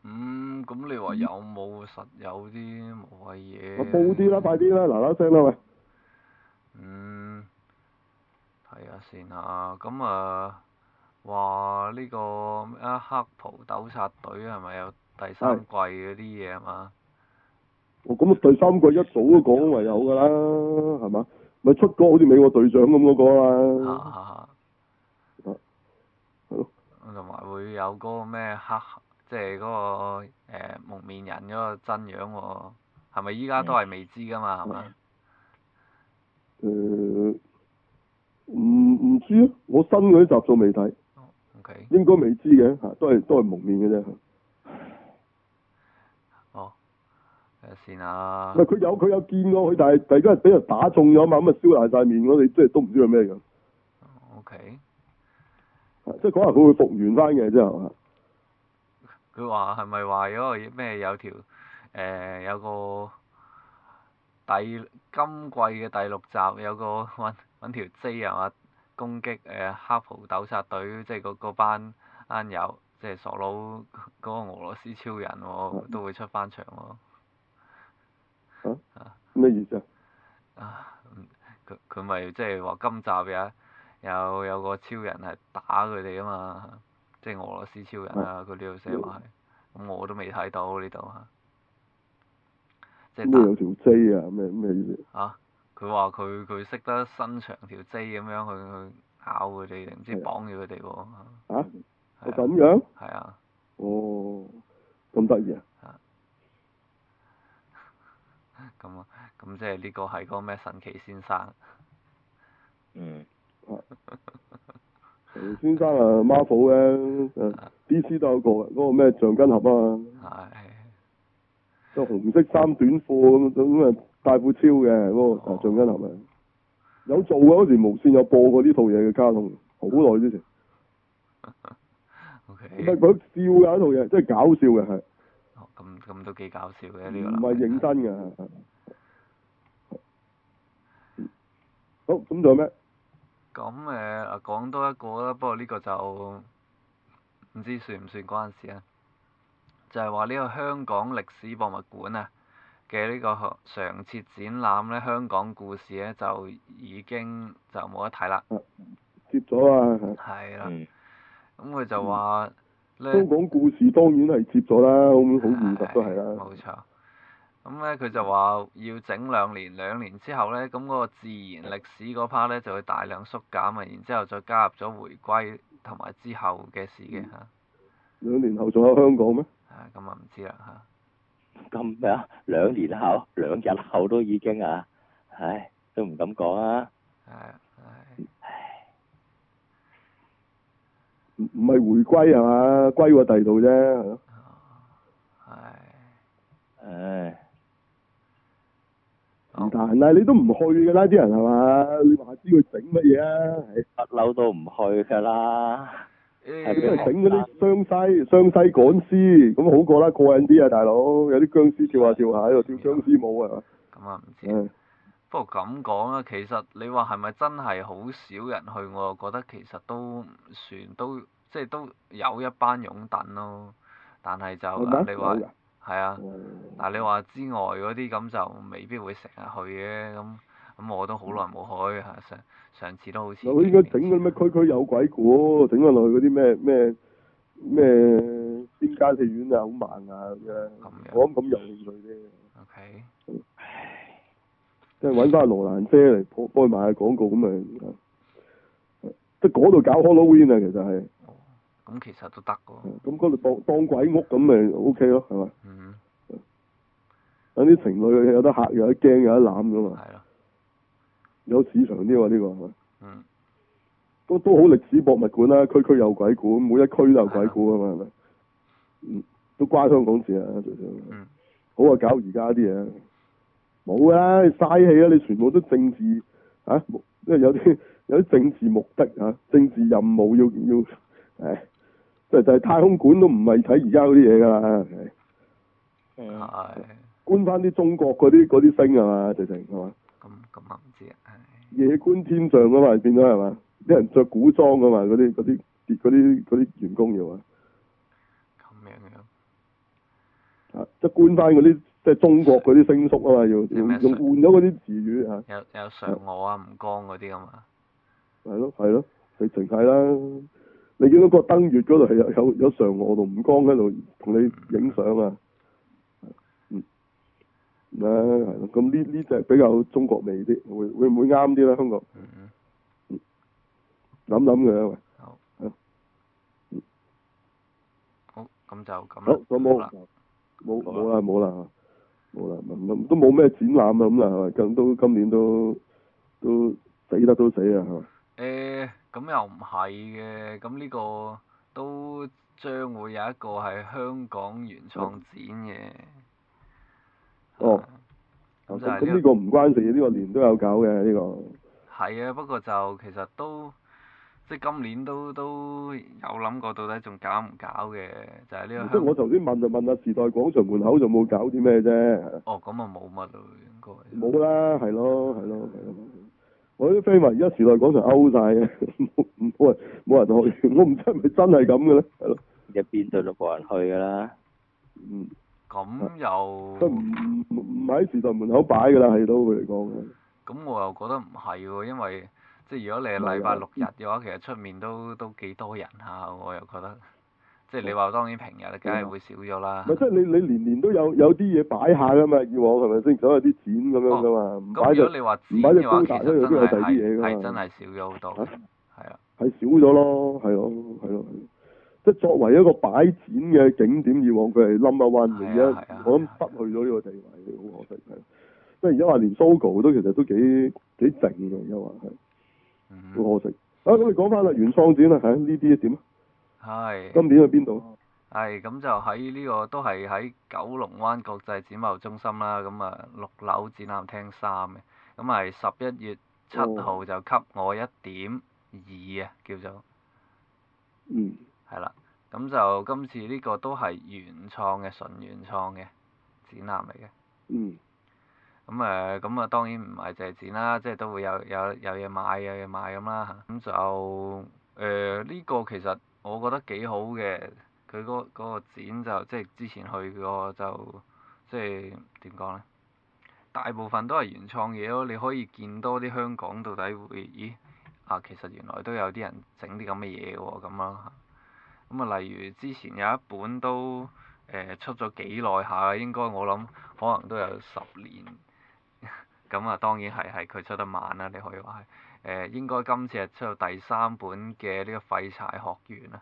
嗯，咁你話有冇實有啲無謂嘢？
我啊報啲啦，快啲啦，嗱嗱聲啦喂！
嗯，睇下先啊，咁啊，話呢個咩啊黑袍糾察隊係咪有第三季嗰啲嘢啊嘛？
哦，咁啊，第三季一早都講話有㗎啦，係嘛？咪出過好似美國隊長咁嗰個
嚇
啦，
嚇
啊係咯
嚇！同埋會有嗰個咩黑，即係嗰個誒蒙面人嗰個真樣喎，係咪依家都係未知㗎嘛？係嘛？
誒呃唔唔知啊，我新嗰啲集數未睇，
OK，
應該未知嘅嚇，都係都係蒙面嘅啫。
哦，睇下先啊
唔。係佢有佢有見過佢，但係但係而家俾人打中咗嘛，咁啊燒爛晒面，我哋即係都唔知佢咩樣，
OK，
啊即係可能佢會復原翻嘅之後嚇。
佢話係咪話嗰個咩有條誒、有個第今季嘅第六集有個 揾揾條 J 係嘛攻擊誒、黑袍糾察隊，即係嗰嗰班班友，即係傻佬嗰個俄羅斯超人喎、都會出翻場喎、
咩意思啊？
啊，嗯佢佢咪即係話今集有有有個超人係打佢哋啊嘛，即係俄羅斯超人啊，
哦
佢呢度寫話係，咁我都未睇到呢度嚇，即
咩有
係
條 J 啊？咩咩意思？
打啊，佢話佢佢識得伸長條 J 咁樣去去咬佢哋，定唔知
係啊
綁住佢哋喎，
嚇？哦
係啊
咁樣？
係啊，
哦，咁得 意啊！
咁啊，咁即係呢個係嗰個咩神奇先生，
嗯，
陳先生啊，Marvel 咧，誒 DC 都有個嘅嗰個咩橡筋俠啊，
係
即係紅色衫短褲咁咁啊，大褲超嘅嗰個
哦
誒橡筋俠啊，有做嘅嗰時無線有播過呢套嘢嘅卡通，好耐之前，唔係
OK，
佢笑嘅一套嘢，即係搞笑嘅係，
哦咁咁都幾搞笑嘅呢個
唔
男
係
人
認真嘅。係係好，咁仲有咩？
咁誒、呃、講多一個啦，不過呢個就唔知算唔算嗰陣時啊，就係話呢個香港歷史博物館啊，誒、嘅呢個常設展覽咧，香港故事咧就已經就冇得睇啦，
接咗啊！
係啦。
嗯，
咁佢就話咧，
香港故事當然係接咗啦，咁好現實都係
係
啦。
冇錯。咁咧佢就話要整兩年，兩年之後咧，咁嗰個自然歷史嗰 part 咧就會大量縮減啊，然之後再加入咗回歸同埋之後嘅事嘅嚇。
兩年後仲有香港咩？
啊，咁啊唔知啦嚇。
咁咩啊？兩年後、 兩日後都已經啊，唉，都唔敢講啊。
係係
唔唔係回歸係嘛？歸個第二度啫。係咯
係。
唉，
唔但啦，你都唔去㗎啦，啲人係嘛？你話知佢整乜嘢啊？係
不嬲都唔去㗎啦。
佢都
因為
係
誒
整嗰啲湘西湘西趕屍，咁好過啦，過癮啲啊，大佬！有啲僵屍跳下跳下喺度跳僵屍舞啊，
咁啊唔知。
係
不過咁講啊，其實你話係咪真係好少人去？我又覺得其實都唔算，都即係都有一班擁趸咯。但係就
係
啊
咪
你話
有㗎
係啊，
哦
但係你話之外嗰啲咁就未必會成日去嘅。咁咁我都好耐冇去嚇，上上次都好似
佢嗯應該整嗰啲咩區區有鬼故，整咗落去嗰啲咩咩咩邊間戲院啊，好慢啊咁樣。
咁樣
我諗咁有興趣啫，
？OK，
即係揾翻阿羅蘭姐嚟幫幫佢賣下廣告咁咪，啊即係嗰度搞 Halloween 啊，其實係。
咁其實都得喎。
咁嗰度當當鬼屋咁咪 O K 咯，係嘛？
嗯，
等啲情侶有得嚇，有得驚，有得攬噶嘛，
係咯，
有市場啲喎呢個係咪？
嗯，
都都好歷史博物館啦，區區有鬼故，每一區都有鬼故啊嘛，係咪？嗯，都關香港事啊，最少。
嗯
好啊，搞而家啲嘢冇啊，嘥氣啊！你全部都政治啊，冇因為有啲 有啲政治目的啊，政治任務要要，唉，即係就係太空館都唔係睇而家嗰啲嘢㗎啦，唉
嗯，
係。
觀翻啲中國嗰啲嗰啲星啊嘛，直情係嘛，
咁咁啊唔知啊，唉
夜觀天象啊嘛，變咗係嘛，啲人着古裝啊嘛，嗰啲嗰啲嗰啲嗰啲員工要啊，
咁樣樣。
啊即係觀翻嗰啲即係中國嗰啲星宿啊嘛，要要用換咗嗰啲詞語啊，
有有嫦娥啊、吳剛嗰啲咁啊，
係咯係咯，你淨係啦，你見到個登月嗰度係有有有嫦娥同吳剛喺度同你影相啊，嗯，啊係咯，咁呢呢隻比較中國味啲，會會唔會啱啲咧？香港
嗯嗯，
諗諗佢啊喂。
好
好，
嗯好，咁就咁
好
啦，，
咁冇
啦，
冇
好
冇啦冇啦冇啦，咁咁都冇咩展覽啊咁啦，係咪咁都今年都都死得都死啊，係嘛？
誒，咁又唔係嘅，咁呢個都將會有一個係香港原創展嘅，
哦
啊，
咁
咁就係
咁
呢
呢個唔關事，呢個年都有搞嘅呢個，
係啊，不過就其實都即係今年都都有諗過到底仲搞唔搞嘅，就係呢
即
個
係我
香，
頭先問就問下時代廣場門口就冇搞啲咩啫，
哦，咁啊冇乜咯，應該
冇啦，係咯係咯係咯。我啲 friend 話而家時代廣場勾晒嘅，冇 冇人冇人去，我唔知係咪真係咁嘅咧，係咯，
一邊度都冇人去㗎啦。
嗯，
咁
佢
又
唔。唔唔喺時代門口擺㗎啦，係都會嚟講嘅，
咁我又覺得唔係喎，因為即係如果你係
唔係啊
禮
㗎
拜六日嘅話，其實出面都都幾多人下，我又覺得。即係你話當然平日梗係會少咗啦。
咪即啊係你你年年都有有啲嘢擺下㗎嘛，以往係咪先？所有啲展咁樣㗎嘛，唔擺
哦咁如
就
果你話展
唔擺隻
嘅話，
高
其
達
實
咧
真
都有
係
第二啲嘢
係
㗎嘛
係真係少咗好多嘅，係啊啦，
係少咗咯，係咯，係咯，即係作為一個擺展嘅景點，以往佢係 number one 嘅，
係啊
而
係啊
家我諗失去咗呢個地位，好可惜係。即係而家話連 Sogo 都其實都幾幾靜嘅，而家話係
嗯，
好可惜。啊，咁你講翻啦，原創展啦，係啊呢啲點啊？
係。
今年去邊度啊？
係咁就喺呢、個都係喺九龍灣國際展貿中心啦，咁啊六樓展覽廳三嘅，咁係十一月七
哦
號就給我一點二啊，叫做。
嗯，
係啦，咁就今次呢個都係原創嘅，純原創嘅展覽嚟嘅。
嗯，
咁誒，咁啊當然唔係淨係展啦，即係都會有有有嘢買有嘢賣咁啦。咁就誒呢、個其實我覺得幾好嘅，佢嗰嗰個展就即係之前去過就即係點講呢？大部分都係原創嘢咯，你可以見多啲香港到底會，咦啊其實原來都有啲人整啲咁嘅嘢喎咁咯。咁啊，例如之前有一本都誒、呃出咗幾耐下啦，應該我諗可能都有十年。咁啊，當然係係佢出得慢啦，你可以話係誒，應該今次係出到第三本嘅呢個廢柴學園啦。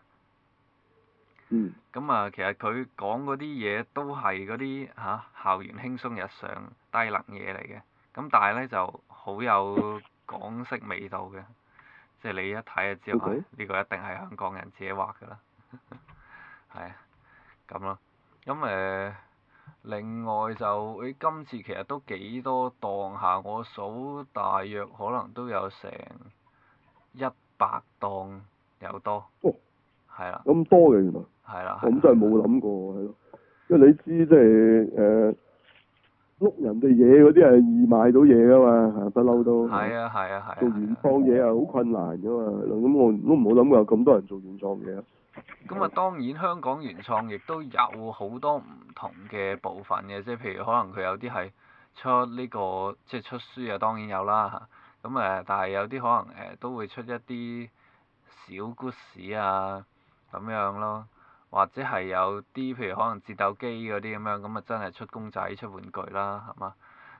嗯
咁啊，其實佢講嗰啲嘢都係嗰啲嚇校園輕鬆日常低能嘢嚟嘅，咁但係咧就好有港式味道嘅，即係你一睇就知道，唉啊
OK
呢個一定係香港人自己畫㗎啦， 係啊，咁咯，咁誒、呃另外就誒今次其實都幾多檔下，我數大約可能都有成一百檔有多
哦，
係啦、
咁多嘅原來，
係 啦，係
我
啦
咁真係冇諗過係咯，因為你知即係誒碌人哋嘢嗰啲係易買到嘢噶嘛，嚇不嬲都
係啊係啊係啊
做原
係啊！
創嘢係好困難噶嘛，係咯咁我都唔好諗過有咁多人做原創嘢啊。
咁啊，當然香港原創亦都有好多唔同嘅部分嘅，即係譬如可能佢有啲係出呢、個即係出書啊，當然有啦嚇。咁誒，但係有啲可能誒、都會出一啲小故事啊咁樣咯，或者係有啲譬如可能戰鬥機嗰啲咁樣，咁啊真係出公仔出玩具啦，係嘛？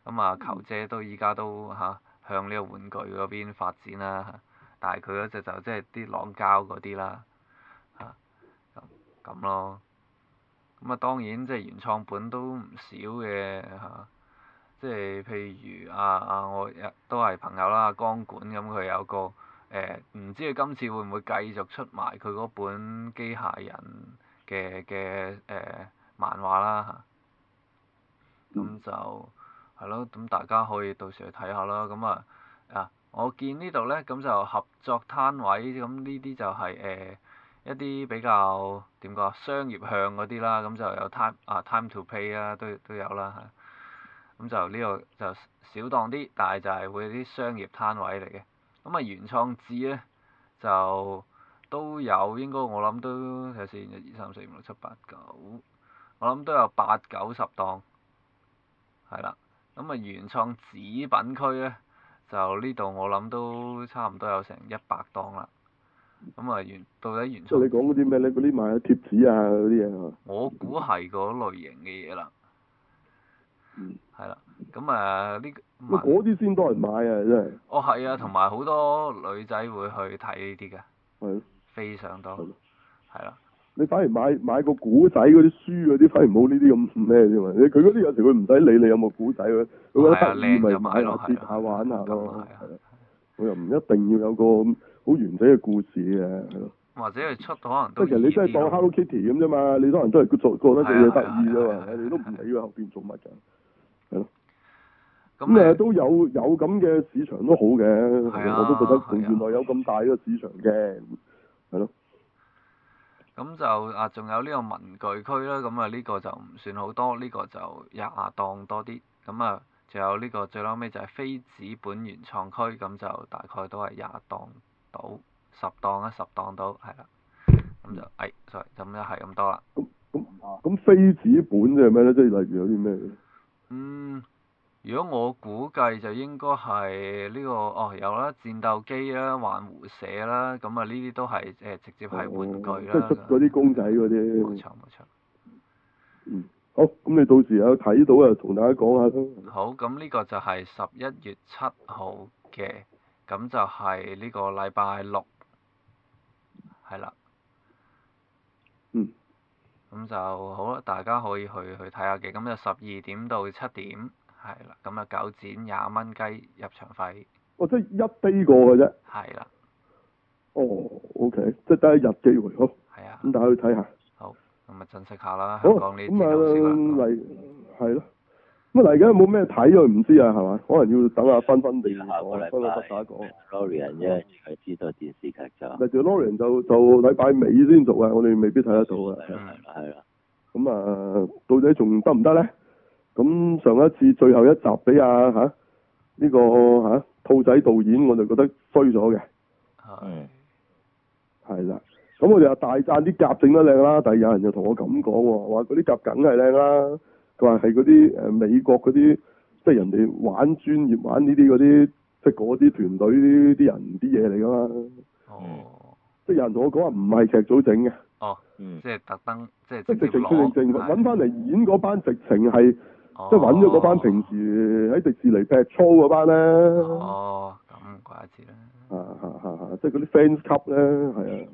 咁啊，球姐都依家都嚇、向呢個玩具嗰邊發展啦，但係佢嗰只就即係啲朗膠嗰啲啦。咁咯。咁啊，當然即係原創本都唔少嘅嚇、即係譬如啊啊，我有都係朋友啦，光管咁佢有個誒，呃唔、知佢今次會唔會繼續出埋佢嗰本機械人嘅嘅誒漫畫啦嚇。咁就係咯，咁大家可以到時去睇下啦。咁啊啊，我見呢度呢，咁就合作攤位，咁呢啲就係、呃誒。一啲比較點講啊商業向嗰啲啦，咁就有 time 啊 time to pay 啦，都都有啦嚇。咁就呢度就少檔啲，但係就係會有啲商業攤位嚟嘅。咁啊原創字咧就都有，應該我諗都睇下先，一二三四五六七八九，我諗都有八九十檔，係啦。咁啊原創紙品區咧就呢度我諗都差唔多有成一百檔啦。咁啊原到底
即
原
係
創
你講嗰啲咩咧？嗰啲賣貼紙啊嗰啲嘢係嘛？
我估係嗰類型嘅嘢啦，
嗯
係啦，咁啊呢個
喂
文
嗰啲先多人買啊！真係
哦係啊，同埋好多女仔會去睇呢啲嘅，
係咯，
非常多
係咯，
係啦，
你反而買買個古仔嗰啲書嗰啲，反而冇呢啲咁咩啫嘛。你佢嗰啲有時佢唔使理你有冇古仔佢佢覺
係
得得
啊
意
靚
咪
就買
買
咯
下，
係
貼
啊
下玩下
咁
咯
啊。係
係
啊
啊，佢又唔一定要有個好完整嘅故事嘅，係咯。
或者佢出可能
即
都
係其實你真係當 Hello Kitty 咁啫嘛，你可能都係做覺得佢嘢得意啫
係啊係啊係啊係
嘛，
啊
你都唔理佢後邊做乜㗎。咁誒
咁呃
都有有咁嘅市場都好嘅，
係啊
我都覺得
係啊
原來有咁大嘅市場嘅，係咯，
咁就啊，仲有呢個文具區啦，咁啊呢個就唔算好多，呢、個就廿檔多啲，咁啊仲有呢、個最撈尾就係非紙本原創區，咁就大概都係廿檔到十檔啊，十檔到係啦，咁就誒、哎、sorry，咁就係咁多啦。
啊咁非紙本即係咩咧？即係例如有啲咩？
嗯，如果我估計就應該係呢、個哦有啦，戰鬥機啦，環湖社啦，咁啊呢啲都係誒、直接係玩
哦
具
即係
啦。
出嗰啲公仔嗰
冇
啲。
錯冇錯。
嗯，好，咁你到時有睇到啊，同大家講下啦。
好，咁呢個就係十一月七號嘅，咁就係呢個禮拜六，係啦。
嗯。
咁就好啦，大家可以去去睇下嘅，咁就十二點到七點，係啦，咁啊九展廿蚊雞入場費，
哦，即係一飛過嘅啫。
係啦，
哦，OK，即係得一日機會，好，
係啊，
咁大家去睇下。
咁啊珍惜下啦，
好，
香港呢啲
咁啊
好少啦，
嚟係咯。咁啊嚟緊有冇咩睇佢唔知啊，係嘛？可能要等下分分地
下個
講，
禮
分分
拜
得打講。
Lorian 啫，佢知道電視劇就係
咪就 Lauren 就就禮拜尾先做啊，我哋未必睇得到啊。
啦係啦係啦，
咁啊，到底仲得唔得咧？咁上一次最後一集俾阿嚇呢個嚇、兔仔導演，我就覺得衰咗嘅，
係
係啦。咁我哋又大讚啲甲整得靚啦，但係有人就同我咁講喎，話嗰啲甲梗係靚啦，佢話係嗰啲誒美國嗰啲即係人哋玩專業玩呢啲嗰啲，即係嗰啲團隊啲啲人啲嘢嚟㗎嘛。
哦，
即係有人同我講話唔係劇組整嘅，
哦，
嗯
即，係特登，即係
即係直情出
攞
定正揾翻嚟演嗰班直情係，即
哦
係揾咗嗰班平時喺迪士尼劈粗嗰班咧。
哦，咁怪之啦。
啊啊啊啊！即係嗰啲 fans 級咧，係啊！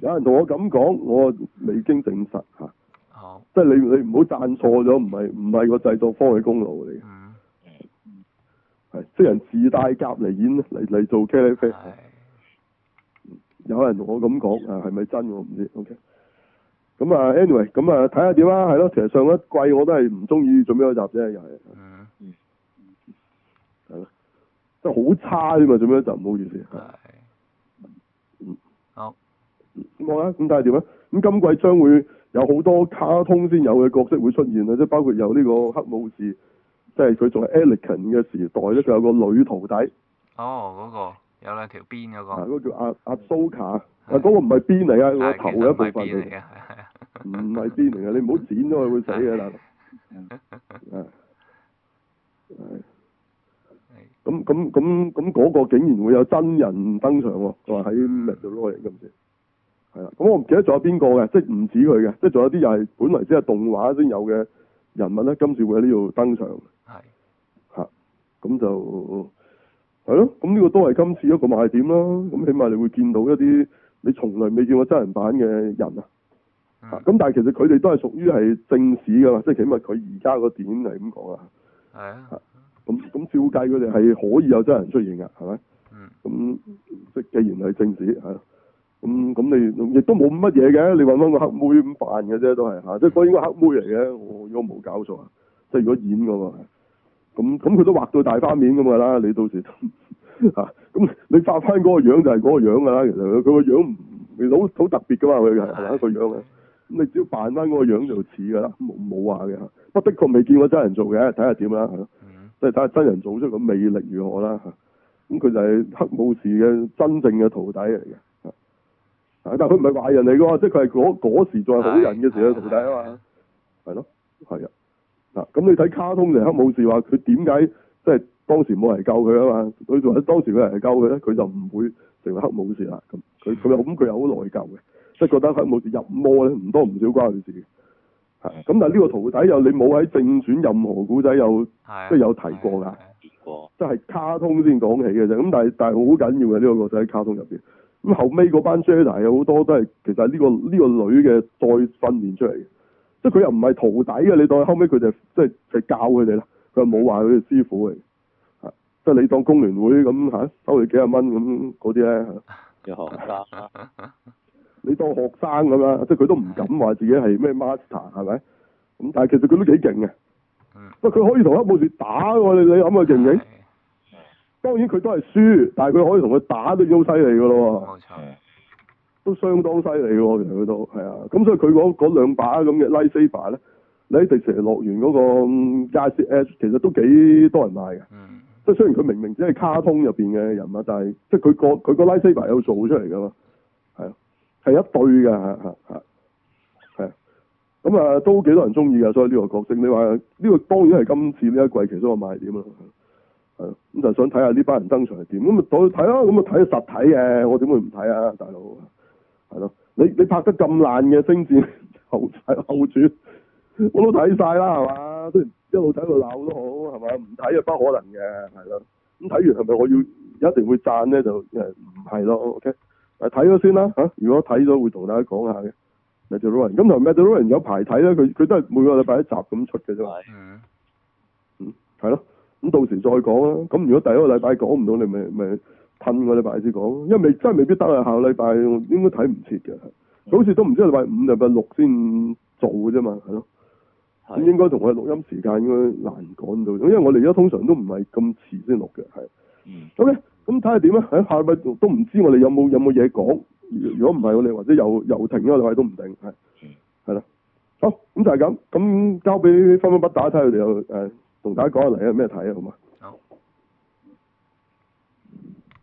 有人同我咁講，我未經證實嚇、啊
好，
即係你你唔好讚錯咗，唔係唔係個製作方嘅功勞嚟嘅，
嗯，
係即係人自帶夾嚟演嚟嚟做茄喱啡。
係，
有人同我咁講啊，係咪真我唔知，OK。咁啊，anyway，咁啊，睇下點啦，係咯。其實上一季我都係唔中意最尾嗰集啫，又係
嗯，
即係好差啫嘛，最尾嗰集唔好意思。啊係
係，好，
咁好啦，咁睇下點啦。咁今季將會有好多卡通先有嘅角色會出現啦，啊即係包括有呢個黑武士，即係佢仲係 Elican 嘅時代咧，佢有個女徒弟，啊
哦，嗰個有兩條邊嗰
嗰、
個，
個叫阿阿蘇卡，啊嗰、個唔係邊嚟啊，
哦嗯
個
係
頭
其
嘅
實
一
唔
部分
係邊嚟
嚟
嘅，係啊，
唔 係邊嚟嘅，你唔好剪咗佢會死嘅，大佬。啊係
係
咁咁咁咁嗰個竟然會有真人登場喎，佢話喺 m a d r o y 今次係啦。咁我唔記得仲有邊個嘅，即係唔止佢嘅，即係仲有啲又係本來只係動畫先有嘅人物咧，今次會喺呢度登場
係，
嚇。咁就係咯，咁呢個都係今次一個賣點啦。咁起碼你會見到一啲你從來未見過真人版嘅人啊。
嗯
嚇咁、但係其實佢哋都係屬於係正史㗎嘛，即係起碼佢而家個電影係咁講啊。
係啊，
咁咁照計佢哋係可以有真人出現㗎，係咪？
嗯，
咁即係既然係正史係咯，咁咁你亦都冇乜嘢嘅，你揾翻個黑妹咁扮嘅啫，都係嚇，即係嗰應該黑妹嚟嘅，我如果冇搞錯啊，即係如果演嘅嘛，咁咁佢都畫到大花面咁㗎啦，你到時都嚇，咁你畫翻嗰個樣就係嗰個樣㗎啦，其實佢個樣唔其實好好特別㗎嘛，佢係係咪一個樣嘅？咁你只要扮翻嗰個樣就似㗎啦，冇冇話嘅嚇，不過的確未見過真人做嘅，睇下點啦，係咯。
嗯，
即係睇下真人做出個魅力如何啦嚇。咁佢就係黑武士嘅真正嘅徒弟嚟嘅。嚇啊但係佢唔係壞人嚟嘅喎，即係佢係嗰嗰時仲係好人嘅時候嘅徒弟啊嘛。係咯，係啊。嗱，咁你睇卡通嚟黑武士話佢點解即係當時冇人救佢啊嘛？佢仲喺當時冇人救佢咧，佢就唔會成為黑武士啦。咁佢佢又咁佢又好內疚嘅，即係覺得黑武士入魔咧唔多唔少關佢事嘅。嚇咁但係呢個徒弟又你冇喺正選任何古仔有
係啊，
即係有提過㗎
係 啊，係啊
結果
即係卡通先講起嘅啫。咁但係但係好緊要嘅呢、個角色喺卡通入邊。咁後尾嗰班 Jedi 有好多都係其實係呢、個呢、個女嘅再訓練出嚟嘅，即係佢又唔係徒弟嘅，你當後尾佢就即係就教佢哋啦，佢又冇話佢哋師傅嚟嘅，嚇即係你當工聯會咁嚇、收你幾廿蚊咁嗰啲咧嚇
要學生
啊
啦，
你當學生咁啦，即係佢都唔敢話自己係咩 master 係咪？咁但係其實佢都幾勁嘅
嗯，
喂佢可以同黑武士打喎，你你諗佢勁唔勁？
係
當然佢都係輸，但係佢可以同佢打都已經好犀利㗎咯
冇錯，
嗯
喎，都相當犀利喎，其實佢都係啊。咁所以佢嗰嗰兩把咁嘅 lightsaber 咧，你喺迪士尼樂園嗰個 Galaxy Edge 其實都幾多人買嘅。
嗯，
即係雖然佢明明只係卡通入邊嘅人物，但係即係佢個佢個 lightsaber 有做出嚟㗎嘛，係啊，係一對㗎，係啊係係係啊。咁啊，都幾多人中意㗎，所以呢個角色，你話呢個當然係今次呢一季其中一個賣點啦。係咯，咁就想睇下呢班人登場係點，咁啊到去睇啦，咁啊睇實體嘅，我點會唔睇啊，大佬？係咯，你你拍得咁爛嘅《星戰 後後傳》，我都睇晒啦，係嘛？雖然一路睇到鬧都好，係嘛？唔睇啊不可能嘅，係咯。咁睇完係咪我要一定會讚咧？就誒唔係咯，OK？誒睇咗先啦嚇、如果睇咗會同大家講下嘅。m e d a l o r i a n 咁同 m e d a l o r i a n 有排睇咧，佢佢都係每個禮拜一集咁出嘅啫嘛。
係
嗯，
嗯，係咯，咁到時再講啦。咁如果第一個禮拜講唔到，你咪咪褪個禮拜先講，因為未真係未必得啊。下個禮拜我應該睇唔切嘅，佢好似都唔知禮拜五、禮拜六先做嘅啫嘛，係咯。咁應
係
該同我哋錄音時間應該難趕到，因為我哋而家通常都唔係咁遲先錄嘅，係。
嗯
OK，咁睇下點啦。喺下禮拜都唔知我哋有冇有冇嘢講。如如果唔係，我哋或者又又停一個禮拜都唔定，係
嗯
係啦。好，咁就係咁。咁交俾分分不打睇佢哋又誒同大家講下嚟有咩睇啊，好嘛？